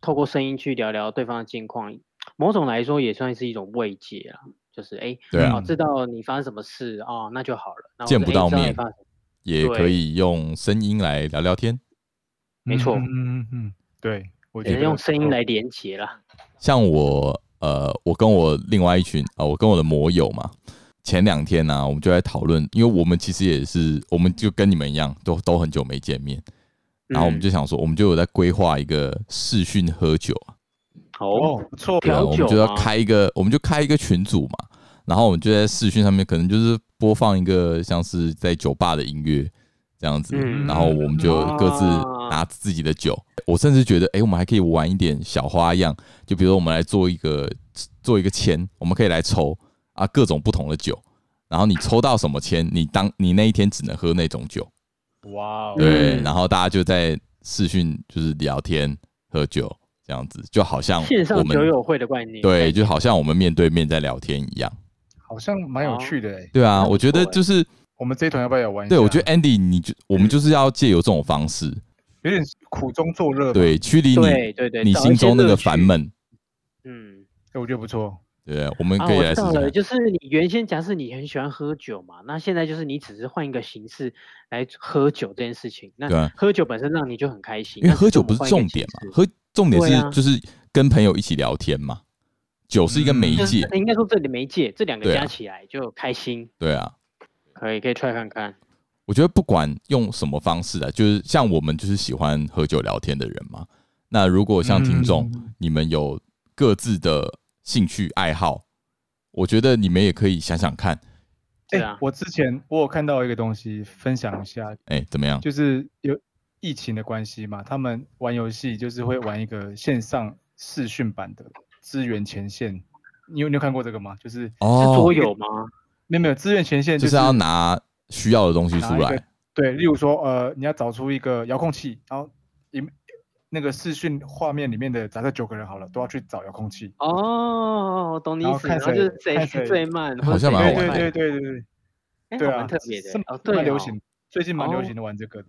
Speaker 2: 透过声音去聊聊对方的近况，某种来说也算是一种慰藉啦。就是哎，
Speaker 3: 对啊
Speaker 2: 哦，知道你发生什么事哦，那就好了。然后
Speaker 3: 见
Speaker 2: 我
Speaker 3: 不
Speaker 2: 说哎
Speaker 3: 到
Speaker 2: 知道你
Speaker 3: 面
Speaker 2: 发生什么
Speaker 3: 也可以用声音来聊聊天。
Speaker 2: 没错
Speaker 1: 嗯嗯嗯嗯，对，我
Speaker 2: 只
Speaker 1: 觉
Speaker 2: 能
Speaker 1: 得
Speaker 2: 用声
Speaker 3: 嗯
Speaker 2: 音来连接啦。
Speaker 3: 像我呃，我跟我另外一群啊、呃我跟我的魔友嘛，前两天呢、我们就在讨论，因为我们其实也是，我们就跟你们一样，都都很久没见面，然后
Speaker 2: 嗯
Speaker 3: 我们就想说，我们就有在规划一个视讯喝酒啊，
Speaker 2: 哦，
Speaker 1: 哦，不错，
Speaker 3: 对啊，
Speaker 2: 调
Speaker 3: 我
Speaker 2: 酒
Speaker 3: 们就要
Speaker 2: 吗
Speaker 3: 开一个，我们就开一个群组嘛，然后我们就在视讯上面，可能就是播放一个像是在酒吧的音乐这样子，
Speaker 2: 嗯
Speaker 3: 然后我们就各自
Speaker 2: 啊
Speaker 3: 拿自己的酒。我甚至觉得，哎、我们还可以玩一点小花样，就比如说我们来做一个做一个签，我们可以来抽啊各种不同的酒，然后你抽到什么签，你当你那一天只能喝那种酒。
Speaker 1: 哇哦，
Speaker 3: 对，
Speaker 2: 嗯
Speaker 3: 然后大家就在视讯就是聊天喝酒这样子，就好像
Speaker 2: 线
Speaker 3: 我
Speaker 2: 上
Speaker 3: 们
Speaker 2: 酒友会的概念。哎
Speaker 3: 对，就好像我们面对面在聊天一样。
Speaker 1: 好像蛮有趣
Speaker 2: 哦
Speaker 1: 的哎。
Speaker 3: 对啊，
Speaker 2: 那不
Speaker 3: 我觉得
Speaker 2: 错欸嗯
Speaker 3: 就是，
Speaker 1: 我们这一团要不要也玩一下？
Speaker 3: 对我觉得 Andy，你就我们就是要借由这种方式，
Speaker 1: 有点苦中作乐。，
Speaker 3: 对，驱离
Speaker 2: 对
Speaker 3: 你
Speaker 2: 对对，
Speaker 3: 你
Speaker 2: 找一
Speaker 3: 心
Speaker 2: 些
Speaker 3: 中那
Speaker 2: 乐
Speaker 3: 个
Speaker 2: 趣
Speaker 3: 烦。闷，
Speaker 2: 嗯，
Speaker 1: 哎我觉得不错。
Speaker 3: 对，我们
Speaker 2: 啊，
Speaker 3: 可以
Speaker 2: 我
Speaker 3: 来
Speaker 2: 知
Speaker 3: 试
Speaker 2: 道
Speaker 3: 试
Speaker 2: 了，
Speaker 3: 看。
Speaker 2: 就是你原先假设你很喜欢喝酒嘛，那现在就是你只是换一个形式来喝酒这件事情。那
Speaker 3: 对啊
Speaker 2: 喝酒本身让你就很开
Speaker 3: 因
Speaker 2: 心，
Speaker 3: 为
Speaker 2: 但
Speaker 3: 喝酒
Speaker 2: 我
Speaker 3: 不
Speaker 2: 们
Speaker 3: 是
Speaker 2: 换一
Speaker 3: 重
Speaker 2: 个
Speaker 3: 点
Speaker 2: 形
Speaker 3: 嘛，
Speaker 2: 式
Speaker 3: 喝重点
Speaker 2: 对
Speaker 3: 是
Speaker 2: 啊
Speaker 3: 就是跟朋友一起聊天嘛，酒是一个
Speaker 1: 嗯
Speaker 3: 媒
Speaker 2: 就是呃
Speaker 3: 介，
Speaker 2: 应该说这里媒介这两个
Speaker 3: 对啊
Speaker 2: 加起来就开心，
Speaker 3: 对啊。
Speaker 2: 可以可以 try 看看。
Speaker 3: 我觉得不管用什么方式啊，就是像我们就是喜欢喝酒聊天的人嘛。那如果像听众，
Speaker 2: 嗯
Speaker 3: 你们有各自的兴趣爱好，我觉得你们也可以想想看，
Speaker 2: 对
Speaker 1: 哎、
Speaker 2: 啊
Speaker 1: 我之前我有看到一个东西，分享一下，
Speaker 3: 哎，怎么样？
Speaker 1: 就是有疫情的关系嘛，他们玩游戏就是会玩一个线上视讯版的支援前线，你有你有看过这个吗？就是
Speaker 2: 是
Speaker 3: 哦
Speaker 2: 桌，游吗？
Speaker 1: 没有没有支援前线
Speaker 3: 就是
Speaker 1: 是
Speaker 3: 要拿需要的东西出
Speaker 1: 拿一
Speaker 3: 来
Speaker 1: 个。对，例如说呃，你要找出一个遥控器，然后一那个视讯画面里面的假设九个人好了，都要去找遥控器。
Speaker 2: 哦，我懂你
Speaker 1: 然
Speaker 2: 意
Speaker 1: 后
Speaker 2: 思，
Speaker 1: 看
Speaker 2: 然后就
Speaker 1: 谁
Speaker 2: 是谁
Speaker 1: 看
Speaker 2: 是
Speaker 1: 谁
Speaker 2: 最慢，或
Speaker 3: 好
Speaker 2: 者
Speaker 3: 像
Speaker 2: 谁
Speaker 3: 蛮好
Speaker 1: 对
Speaker 2: 最
Speaker 3: 玩的
Speaker 2: 慢
Speaker 1: 对对对对对，
Speaker 2: 哎
Speaker 1: 对
Speaker 2: 好
Speaker 1: 啊，
Speaker 2: 蛮特别的
Speaker 1: 是
Speaker 2: 欸哦，对，
Speaker 1: 蛮流行，，最近蛮流行的玩这个的。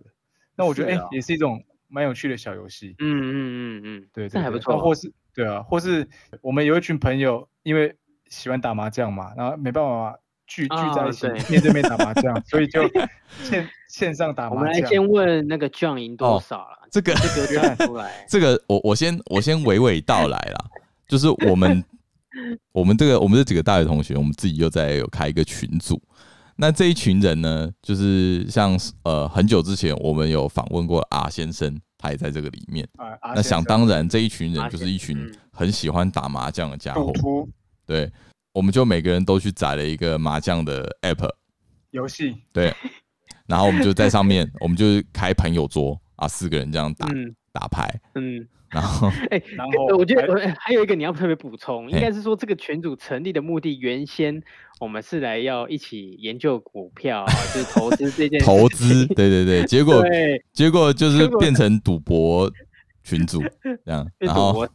Speaker 1: 那我觉得
Speaker 2: 是
Speaker 1: 哎
Speaker 2: 啊，
Speaker 1: 也是一种蛮有趣的小游戏。
Speaker 2: 嗯嗯嗯嗯，
Speaker 1: 对，
Speaker 2: 这
Speaker 1: 对
Speaker 2: 还不
Speaker 1: 对那
Speaker 2: 错，
Speaker 1: 或是对啊，或是我们有一群朋友，因为喜欢打麻将嘛，然后没办法聚聚在一起
Speaker 2: 啊对
Speaker 1: 面对面打麻将，所以就线线上 打
Speaker 2: 我们
Speaker 1: 麻
Speaker 2: 来
Speaker 1: 将。
Speaker 2: 先问那个 John 赢多
Speaker 3: 哦
Speaker 2: 少了，
Speaker 3: 这个，
Speaker 2: 这 个算出来
Speaker 3: 这个我我先我先娓娓道来啦，就是我 们我们这个我们这几个大学同学，我们自己又在有开一个群组。那这一群人呢，就是像呃很久之前我们有访问过阿先生，他也在这个里面。
Speaker 1: 啊，阿
Speaker 3: 那
Speaker 1: 先
Speaker 3: 想
Speaker 1: 生
Speaker 3: 当然，这一群
Speaker 2: 阿
Speaker 3: 人就是一群
Speaker 2: 嗯
Speaker 3: 很喜欢打麻将的家伙
Speaker 1: 赌。徒
Speaker 3: 对，我们就每个人都去载了一个麻将的 app，
Speaker 1: 游戏，
Speaker 3: 然后我们就在上面， 我们就开朋友桌啊，四个人这样打、
Speaker 2: 嗯
Speaker 3: 打牌，
Speaker 2: 嗯，
Speaker 3: 然后
Speaker 2: 哎，
Speaker 1: 然
Speaker 2: 对
Speaker 1: 后
Speaker 2: 我觉
Speaker 1: 还
Speaker 2: 得我还有一个你要特别补充，应
Speaker 3: 哦嘿
Speaker 2: 该是说这个群组成立的目的，原先我们是来要一起研究股票啊，就是投资这件事
Speaker 3: 投 资，对对对，结果
Speaker 2: 对，
Speaker 3: 结果就是
Speaker 2: 结果
Speaker 3: 变成赌博群组这 样，
Speaker 2: 就
Speaker 3: 然
Speaker 2: 赌
Speaker 3: 后
Speaker 2: 博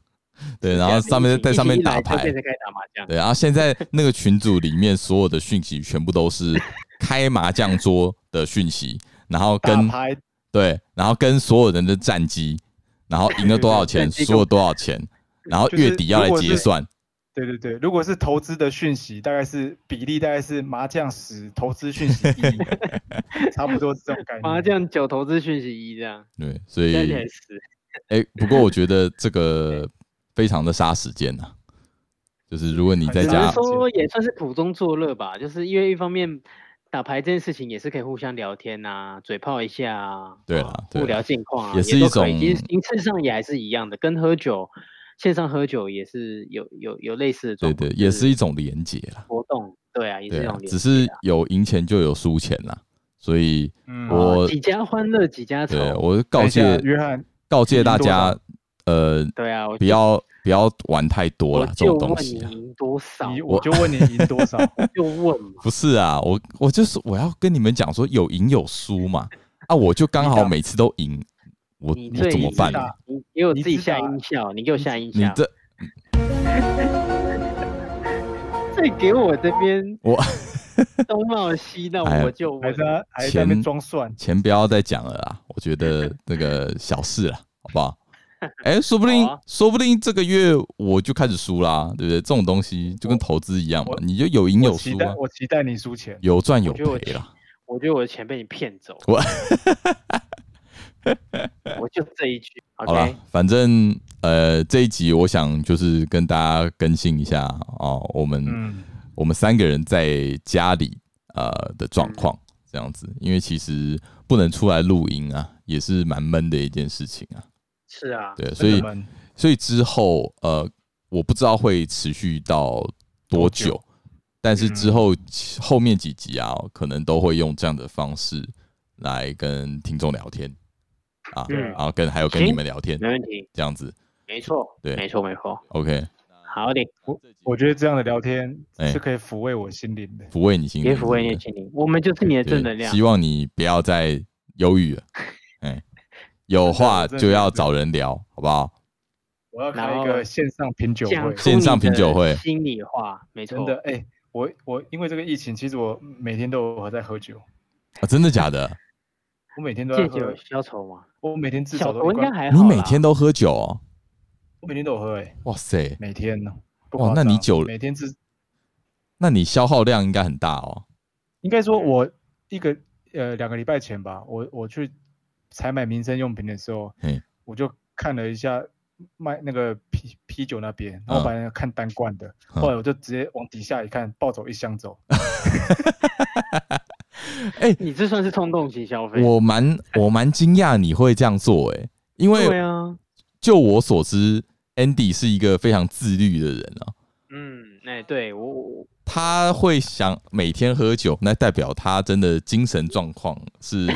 Speaker 3: 对，然后上面在上面打
Speaker 2: 一起一来就
Speaker 3: 牌
Speaker 2: 变，成开始打麻将，
Speaker 3: 对，然后现在那个群组里面所有的讯息全部都是开麻将桌的讯息，然后
Speaker 1: 打
Speaker 3: 跟
Speaker 1: 牌
Speaker 3: 对，然后跟所有人的战绩，然后赢了多少 钱，
Speaker 2: 战绩
Speaker 3: 输了多少钱，然后月底要来结算，
Speaker 1: 对对对，如果是投资的讯息，大概是比例大概是麻将十，投资讯息一，啊差不多是这种概念。
Speaker 2: 麻将九投资讯息一这样，
Speaker 3: 对，所
Speaker 2: 加
Speaker 3: 以
Speaker 2: 起来十，
Speaker 3: 哎、不过我觉得这个非常的杀时间呐、就是如果你在
Speaker 1: 大
Speaker 2: 只
Speaker 1: 家
Speaker 2: 是
Speaker 3: 家，
Speaker 2: 说也算是苦中作乐吧，就是因为一方面打牌这件事情也是可以互相聊天呐、嘴炮一下啊，
Speaker 3: 对
Speaker 2: 啊
Speaker 3: 啦对
Speaker 2: 互
Speaker 3: 啦
Speaker 2: 聊近况啊，
Speaker 3: 也是
Speaker 2: 都
Speaker 3: 一
Speaker 2: 可以其实
Speaker 3: 种
Speaker 2: 形式上也还是一样的，跟喝酒线上喝酒也是有有有类似的
Speaker 3: 对
Speaker 2: 状
Speaker 3: 对
Speaker 2: 况，，
Speaker 3: 也
Speaker 2: 就是
Speaker 3: 一种连结啦，
Speaker 2: 活动，对啊，也是
Speaker 3: 对
Speaker 2: 一
Speaker 3: 啊
Speaker 2: 种，连
Speaker 3: 只
Speaker 2: 接
Speaker 3: 是
Speaker 2: 啊
Speaker 3: 有赢钱就有输钱啦，所以
Speaker 1: 嗯，
Speaker 3: 我
Speaker 2: 哦几家欢乐几家愁，
Speaker 3: 对我
Speaker 1: 等
Speaker 3: 告
Speaker 1: 一下
Speaker 3: 诫
Speaker 1: 约翰
Speaker 3: 告诫大家
Speaker 1: 赢，
Speaker 3: 呃，
Speaker 2: 对啊，我
Speaker 3: 不
Speaker 2: 就
Speaker 3: 要不要玩太多
Speaker 2: 我
Speaker 3: 了这
Speaker 2: 就
Speaker 3: 种
Speaker 2: 问
Speaker 3: 东
Speaker 2: 你
Speaker 3: 西啊。
Speaker 2: 赢多少，
Speaker 1: 你
Speaker 3: 我
Speaker 1: 我就问你赢 多少？
Speaker 2: 就问嘛，
Speaker 3: 不是啊，我我就是我要跟你们讲说有赢有输嘛，啊，我就刚好每次都赢，我
Speaker 2: 你
Speaker 3: 我
Speaker 2: 最
Speaker 3: 怎么
Speaker 2: 赢
Speaker 3: 办
Speaker 1: 知
Speaker 3: 呢
Speaker 1: 道？
Speaker 2: 你给我
Speaker 1: 你
Speaker 2: 自己
Speaker 1: 知
Speaker 2: 下
Speaker 1: 道啊
Speaker 2: 音效，你给我下音效，
Speaker 3: 你这
Speaker 2: 再给我这边
Speaker 3: 我
Speaker 2: 东 闹西闹，
Speaker 3: 哎呀
Speaker 2: 我就
Speaker 1: 还
Speaker 2: 问
Speaker 1: 在那还在那边
Speaker 3: 钱
Speaker 1: 装蒜？
Speaker 3: 钱不要再讲了啦，我觉 得那个小事啦，好不好？哎、说不定，
Speaker 2: 好啊
Speaker 3: 说不定这个月我就开始输啦，对不对？这种东西就跟投资一样嘛
Speaker 1: 我，
Speaker 3: 你就有赢
Speaker 1: 我
Speaker 3: 有
Speaker 1: 期
Speaker 3: 输
Speaker 1: 待
Speaker 3: 啊，
Speaker 1: 我期待你输钱。
Speaker 3: 有赚有
Speaker 2: 我觉得我
Speaker 3: 赔啦。
Speaker 2: 我觉得我的钱被你骗走，
Speaker 3: 我
Speaker 2: 我就这 一句
Speaker 3: 好啦
Speaker 2: ，OK，，
Speaker 3: 反正呃这一集我想就是跟大家更新一下哦，我们、
Speaker 1: 嗯，
Speaker 3: 我们三个人在家里呃的状
Speaker 2: 嗯
Speaker 3: 况这样子，因为其实不能出来录音啊，也是蛮闷的一件事情啊。
Speaker 2: 是啊，
Speaker 3: 对，所
Speaker 1: 真的
Speaker 3: 以
Speaker 1: 吗
Speaker 3: 所以之后呃，我不知道会持续到多
Speaker 1: 多
Speaker 3: 久，
Speaker 1: 久
Speaker 3: 但是之
Speaker 1: 嗯
Speaker 3: 后、后面几集啊，可能都会用这样的方式来跟听众聊天啊，
Speaker 1: 对
Speaker 3: 然后跟还有跟
Speaker 2: 嗯行
Speaker 3: 你们聊天
Speaker 2: 没问题，
Speaker 3: 这样子。
Speaker 2: 没错，
Speaker 3: 对
Speaker 2: 没错，没错，
Speaker 3: OK，
Speaker 2: 好的，
Speaker 1: 我觉得这样的聊天
Speaker 3: 哎
Speaker 1: 是可以抚慰我心灵的。
Speaker 3: 抚慰你心灵，
Speaker 2: 别抚慰你的心灵，我们就是你的
Speaker 3: 对
Speaker 2: 正能量
Speaker 3: 希，望你不要再忧 郁了。哎，有话
Speaker 1: 真的
Speaker 3: 就要找人聊，好不好？
Speaker 1: 我要
Speaker 2: 然
Speaker 1: 开
Speaker 2: 后
Speaker 1: 一个线上品酒
Speaker 2: 讲
Speaker 1: 会
Speaker 2: 出，
Speaker 3: 线上
Speaker 2: 你的
Speaker 3: 品酒会
Speaker 2: 心里话，没错
Speaker 1: 真，的哎、我我因为这个疫情，其实我每天都有在喝酒，
Speaker 3: 啊，真的假的？
Speaker 1: 我每天都在
Speaker 2: 借酒
Speaker 1: 喝，
Speaker 2: 消愁嘛，
Speaker 1: 我每天至
Speaker 2: 小
Speaker 1: 少都
Speaker 2: 头
Speaker 1: 一
Speaker 2: 应该
Speaker 1: 罐，
Speaker 2: 还好
Speaker 3: 你
Speaker 2: 啦，
Speaker 3: 每天都喝酒哦？
Speaker 1: 我每天都有喝哎、
Speaker 3: 哇塞，
Speaker 1: 每天呢、不
Speaker 3: 哇
Speaker 1: 夸
Speaker 3: 哦那你
Speaker 1: 张
Speaker 3: 酒
Speaker 1: 每天至
Speaker 3: 那你消耗量应该很大哦。
Speaker 1: 应该说，我一个呃两个礼拜前吧，我我去采买民生用品的时候
Speaker 3: 嘿，
Speaker 1: 我就看了一下卖那个啤啤酒那边，然
Speaker 3: 嗯
Speaker 1: 后我本来看单罐的，
Speaker 3: 嗯
Speaker 1: 后来我就直接往底下一看，抱走一箱走。
Speaker 2: 你这算是冲动型消费，
Speaker 3: 我 蛮我蛮惊讶你会这样做诶、因
Speaker 2: 对
Speaker 3: 为
Speaker 2: 啊，
Speaker 3: 就我所知，Andy 是一个非常自律的人啊。
Speaker 2: 嗯，哎，对我我
Speaker 3: 他会想每天喝酒，那代表他真的精神状况是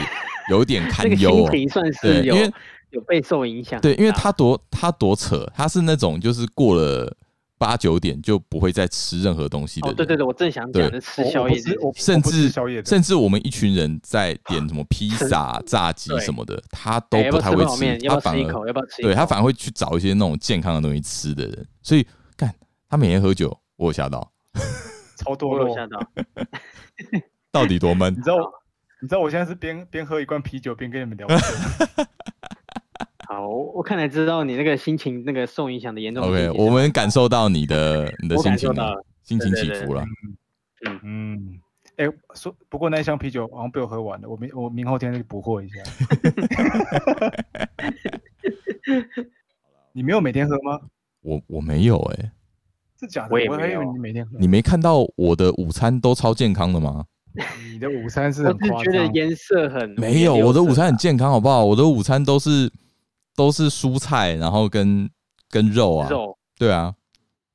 Speaker 3: 有点堪
Speaker 2: 这个
Speaker 3: 忧、
Speaker 2: 心
Speaker 3: 哦。
Speaker 2: 情啊算
Speaker 3: 对
Speaker 2: 是
Speaker 3: 因
Speaker 2: 有
Speaker 3: 为
Speaker 2: 有备受影响很大，
Speaker 3: 对，因为他多他多扯，他是那种就是过了八九点就不会再吃任何东西的
Speaker 2: 哦，
Speaker 3: 人。
Speaker 2: 对对对，我正想
Speaker 3: 对
Speaker 2: 讲的吃
Speaker 1: 我
Speaker 2: 宵
Speaker 1: 我
Speaker 2: 夜
Speaker 1: 不
Speaker 2: 这
Speaker 1: 吃
Speaker 2: 件事，
Speaker 1: 我
Speaker 3: 甚
Speaker 1: 我不吃
Speaker 3: 至
Speaker 1: 宵夜的
Speaker 3: 甚至我们一群人在点什么披萨、炸鸡什么的，他都
Speaker 2: 哦哎要
Speaker 3: 不
Speaker 2: 不要
Speaker 3: 太
Speaker 2: 吃
Speaker 3: 会
Speaker 2: 泡
Speaker 3: 他
Speaker 2: 面？要不要
Speaker 3: 反
Speaker 2: 吃一
Speaker 3: 而
Speaker 2: 口？要不要吃一口？
Speaker 3: 对他反而会去找一些那种健康的东西吃的人。所以干，他每天喝酒，我有吓到，
Speaker 1: 超多
Speaker 2: 我
Speaker 1: 肉
Speaker 2: 有。吓到，
Speaker 3: 到底多闷
Speaker 1: 你？知道我，你知道我现在是边边喝一罐啤酒边跟你们聊天。
Speaker 2: 好，我我看来知道你那个心情 那个受影响的严重性
Speaker 3: OK，
Speaker 2: 其实
Speaker 3: 我们感受到你 的你的
Speaker 2: 我
Speaker 3: 心
Speaker 2: 感受
Speaker 3: 情
Speaker 2: 到
Speaker 3: 了，
Speaker 2: 了，
Speaker 3: 心情
Speaker 2: 对
Speaker 3: 起
Speaker 2: 对
Speaker 3: 伏了。
Speaker 1: 嗯，哎、说不过那一箱啤酒好像被我喝完了，我明我明后天去补货一下。你没有每天喝吗？
Speaker 3: 我我没有哎、
Speaker 1: 是假的，
Speaker 2: 我也
Speaker 1: 我还
Speaker 2: 没
Speaker 1: 以为
Speaker 2: 有
Speaker 1: 你每天喝。
Speaker 3: 你没看到我的午餐都超健康的吗？
Speaker 1: 你的午餐是
Speaker 2: 我
Speaker 1: 很
Speaker 2: 只
Speaker 1: 夸
Speaker 2: 觉得
Speaker 1: 张，
Speaker 2: 颜色很
Speaker 3: 没有，我的午餐很健康，好不好？我的午餐都是都是蔬菜，然后跟跟肉啊，
Speaker 2: 肉
Speaker 3: 对啊，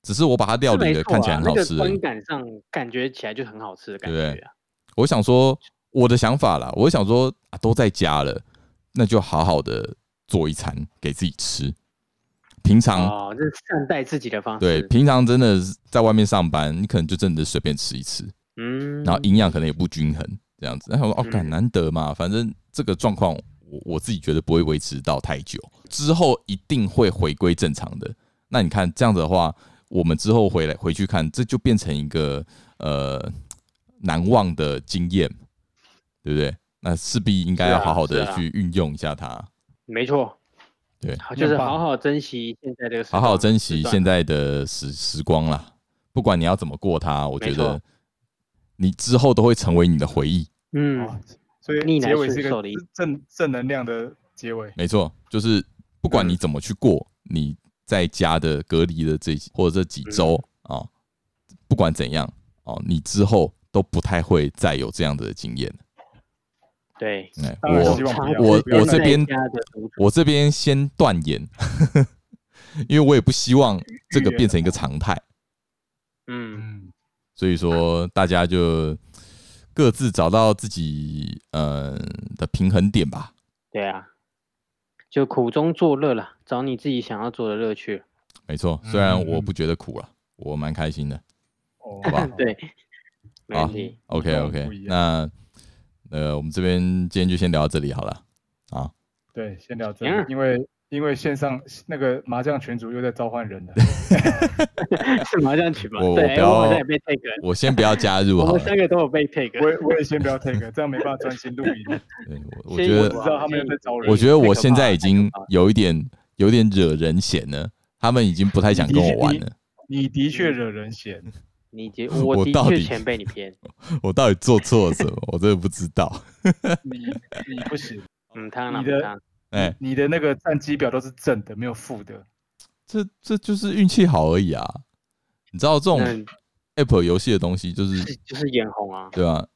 Speaker 3: 只是我把它料理
Speaker 2: 是没
Speaker 3: 的
Speaker 2: 错
Speaker 3: 看起来
Speaker 2: 啊
Speaker 3: 很
Speaker 2: 那
Speaker 3: 好
Speaker 2: 个
Speaker 3: 吃而已。
Speaker 2: 观感上感觉起来就很好吃的感
Speaker 3: 对不对
Speaker 2: 觉啊。
Speaker 3: 我想说我的想法啦，我想说啊，都在家了，那就好好的做一餐给自己吃。平常、
Speaker 2: 哦，这是善待自己的方式。
Speaker 3: 对，平常真的是在外面上班，你可能就真的随便吃一吃，
Speaker 2: 嗯，
Speaker 3: 然后营养可能也不均衡这样子。然后我说哦，
Speaker 2: 嗯
Speaker 3: 感难得嘛，反正这个状况我我自己觉得不会维持到太久，之后一定会回归正常的。那你看这样子的话，我们之后回来回去看，这就变成一个呃难忘的经验，对不对？那势必应该
Speaker 2: 是啊
Speaker 3: 要好好
Speaker 2: 是
Speaker 3: 的
Speaker 2: 啊
Speaker 3: 去运用一下它，
Speaker 2: 没错，
Speaker 3: 对
Speaker 2: 好，就是好好珍惜现在这个时
Speaker 3: 好
Speaker 2: 光，
Speaker 3: 好珍惜
Speaker 2: 时段
Speaker 3: 现在的时时光啦。不管你要怎么过它，我觉
Speaker 2: 没
Speaker 3: 得
Speaker 2: 错
Speaker 3: 你之后都会成为你的回忆。
Speaker 1: 哦
Speaker 2: 嗯，
Speaker 1: 所以
Speaker 2: 逆来
Speaker 1: 结尾
Speaker 2: 顺
Speaker 1: 是一个
Speaker 2: 受的意
Speaker 1: 正正正能量的结尾。
Speaker 3: 没错，就是不管
Speaker 1: 嗯
Speaker 3: 你怎么去过，你在家的隔离的这或者这
Speaker 1: 嗯
Speaker 3: 几周啊、哦不管怎样哦，你之后都不太会再有这样的经验。
Speaker 2: 对。嗯
Speaker 3: 哎，
Speaker 1: 当然
Speaker 3: 我
Speaker 1: 希望不要
Speaker 3: 我
Speaker 1: 不要
Speaker 3: 我
Speaker 1: 再
Speaker 3: 这边
Speaker 2: 在家的独处
Speaker 3: 我这边先断言， 因为我也不希望这个变成一个常态，
Speaker 2: 嗯，
Speaker 1: 嗯，
Speaker 3: 所以说大家就各自找到自己嗯、呃的平衡点吧。
Speaker 2: 对啊，就苦中作乐了，找你自己想要做的乐趣。
Speaker 3: 没错，虽然
Speaker 1: 嗯
Speaker 3: 我不觉得苦了，我蛮开心的。
Speaker 1: 哦，
Speaker 3: 吧
Speaker 2: 对，没
Speaker 3: 好
Speaker 2: 问题。
Speaker 3: OK
Speaker 1: 跟我
Speaker 3: OK，
Speaker 1: 不一样
Speaker 3: 那呃，我们这边今天就先聊到这里好了。啊，
Speaker 1: 对，先聊这
Speaker 2: 行啊
Speaker 1: 个，因为因为线上那个麻将群主又在召唤人了。
Speaker 2: 是麻将群吧？
Speaker 3: 我我
Speaker 2: 对，
Speaker 3: 不
Speaker 2: 哎我好
Speaker 3: 要
Speaker 2: 像也被 take，了
Speaker 3: 我先不要加入
Speaker 2: 我
Speaker 3: 好
Speaker 2: 们
Speaker 3: 了。
Speaker 2: 三个都有被 take。
Speaker 1: 我也我也先不要 take，这样没办法专心录音。
Speaker 3: 对我我
Speaker 2: 先
Speaker 3: 觉
Speaker 1: 我
Speaker 3: 得
Speaker 1: 只知道他们又在招人。
Speaker 3: 我觉得我现在已
Speaker 2: 太
Speaker 3: 经
Speaker 2: 可怕了
Speaker 3: 有一点有点惹人嫌了，他们已经不太想跟我玩了。
Speaker 1: 你的确惹人嫌，
Speaker 2: 你觉
Speaker 3: 我
Speaker 2: 我的
Speaker 3: 到
Speaker 2: 确
Speaker 3: 底
Speaker 2: 钱被你骗，
Speaker 3: 我到底做错了什么？ 我真的不知道。
Speaker 1: 你你不行，
Speaker 2: 嗯，他了
Speaker 1: 你的
Speaker 2: 嗯汤
Speaker 3: 哎、
Speaker 1: 你的那个战绩表都是正的，没有负的。
Speaker 3: 这这就是运气好而已啊。你知道这种
Speaker 2: 嗯
Speaker 3: App 游戏的东西，就是
Speaker 2: 是就是眼红啊，
Speaker 3: 对吧、
Speaker 1: 啊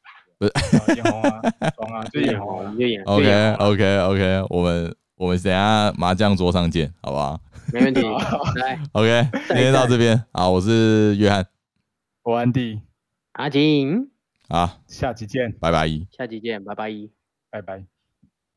Speaker 1: 眼红啊， 爽啊，就眼红啊。
Speaker 2: 就眼
Speaker 3: OK
Speaker 2: 眼红
Speaker 3: OK OK，我们我们等一下麻将桌上见，好不好
Speaker 2: 没 问题。来，
Speaker 3: ？OK，今天到这边啊，我是约翰
Speaker 1: 我安迪，
Speaker 2: 阿锦，
Speaker 3: 啊，
Speaker 1: 下期见，
Speaker 3: 拜拜。
Speaker 2: 下期见，拜拜。
Speaker 1: 拜拜。